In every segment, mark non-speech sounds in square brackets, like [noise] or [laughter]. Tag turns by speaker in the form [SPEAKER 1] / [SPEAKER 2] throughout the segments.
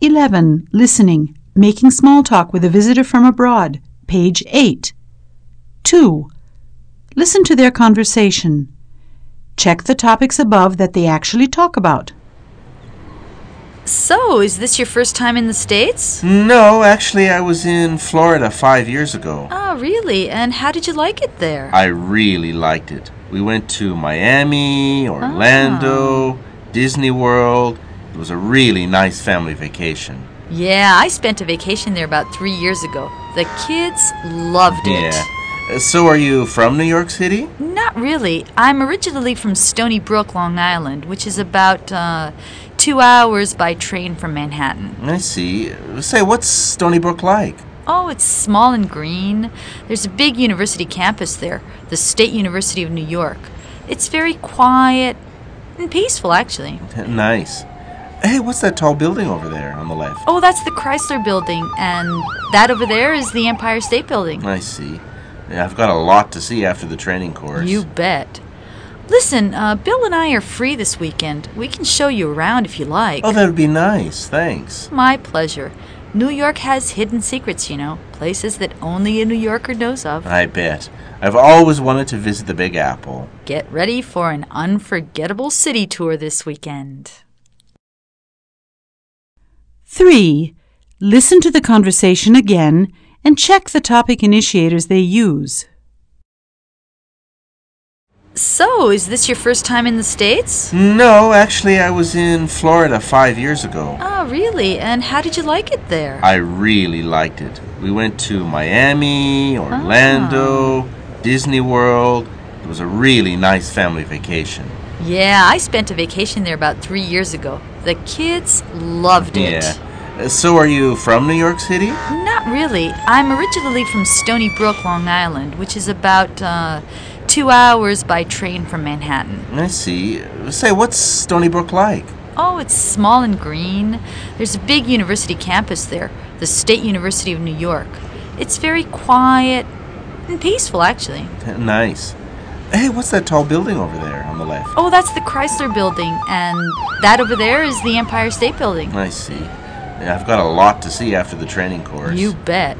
[SPEAKER 1] 11. Listening, making small talk with a visitor from abroad, page 8. 2. Listen to their conversation. Check the topics above that they actually talk about.
[SPEAKER 2] So, is this your first time in the
[SPEAKER 3] Mm.
[SPEAKER 2] States?
[SPEAKER 3] No, actually, I was in Florida five years ago.
[SPEAKER 2] Oh, really? And how did you like it there?
[SPEAKER 3] I really liked it. We went to Miami, Orlando,
[SPEAKER 2] Oh.
[SPEAKER 3] Disney World. It was a really nice family vacation.
[SPEAKER 2] yeah, I spent a vacation there about three years ago. The kids loved it.
[SPEAKER 3] Yeah. Uh, So, are you from New York City?
[SPEAKER 2] Not really. I'm originally from Stony Brook, Long Island, which is about uh, two hours by train from Manhattan.
[SPEAKER 3] I see. Uh, Say, what's Stony Brook like? [laughs]
[SPEAKER 2] Oh, it's small and green. There's a big university campus there, the State University of New York. It's very quiet and peaceful, actually.
[SPEAKER 3] nice. Hey, what's that tall building over there on the left?
[SPEAKER 2] Oh, that's the Chrysler Building, and that over there is the Empire State Building.
[SPEAKER 3] I see. Yeah, I've got a lot to see after the training course.
[SPEAKER 2] You bet. Listen, uh, Bill and I are free this weekend. We can show you around if you like.
[SPEAKER 3] Oh, that would be nice. Thanks.
[SPEAKER 2] My pleasure. New York has hidden secrets, you know, places that only a New Yorker knows of.
[SPEAKER 3] I bet. I've always wanted to visit the Big Apple.
[SPEAKER 2] Get ready for an unforgettable city tour this weekend.
[SPEAKER 1] 3. Listen to the conversation again and check the topic initiators they use.
[SPEAKER 2] So, is this your first time in the States?
[SPEAKER 3] No, actually, I was in Florida five years ago.
[SPEAKER 2] Oh, really? And how did you like it there?
[SPEAKER 3] I really liked it. We went to Miami, Orlando, Disney World. It was a really nice family vacation.
[SPEAKER 2] yeah, I spent a vacation there about three years ago. The kids loved it.
[SPEAKER 3] Yeah. Uh, So, are you from New York City?
[SPEAKER 2] Not really. I'm originally from Stony Brook, Long Island, which is about uh, two hours by train from Manhattan.
[SPEAKER 3] I see. Uh, Say, what's Stony Brook like? [laughs]
[SPEAKER 2] Oh, it's small and green. There's a big university campus there, the State University of New York. It's very quiet and peaceful, actually.
[SPEAKER 3] Nice. Hey, what's that tall building over there on the left?
[SPEAKER 2] Oh, that's the Chrysler Building, and that over there is the Empire State Building.
[SPEAKER 3] I see. Yeah, I've got a lot to see after the training course.
[SPEAKER 2] You bet.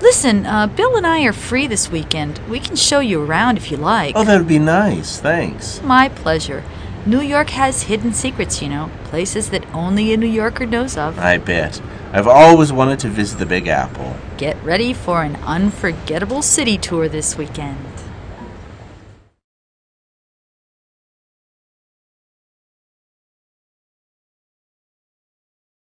[SPEAKER 2] Listen, uh, Bill and I are free this weekend. We can show you around if you like.
[SPEAKER 3] Oh, that would be nice. Thanks.
[SPEAKER 2] My pleasure. New York has hidden secrets, you know, places that only a New Yorker knows of.
[SPEAKER 3] I bet. I've always wanted to visit the Big Apple.
[SPEAKER 2] Get ready for an unforgettable city tour this weekend.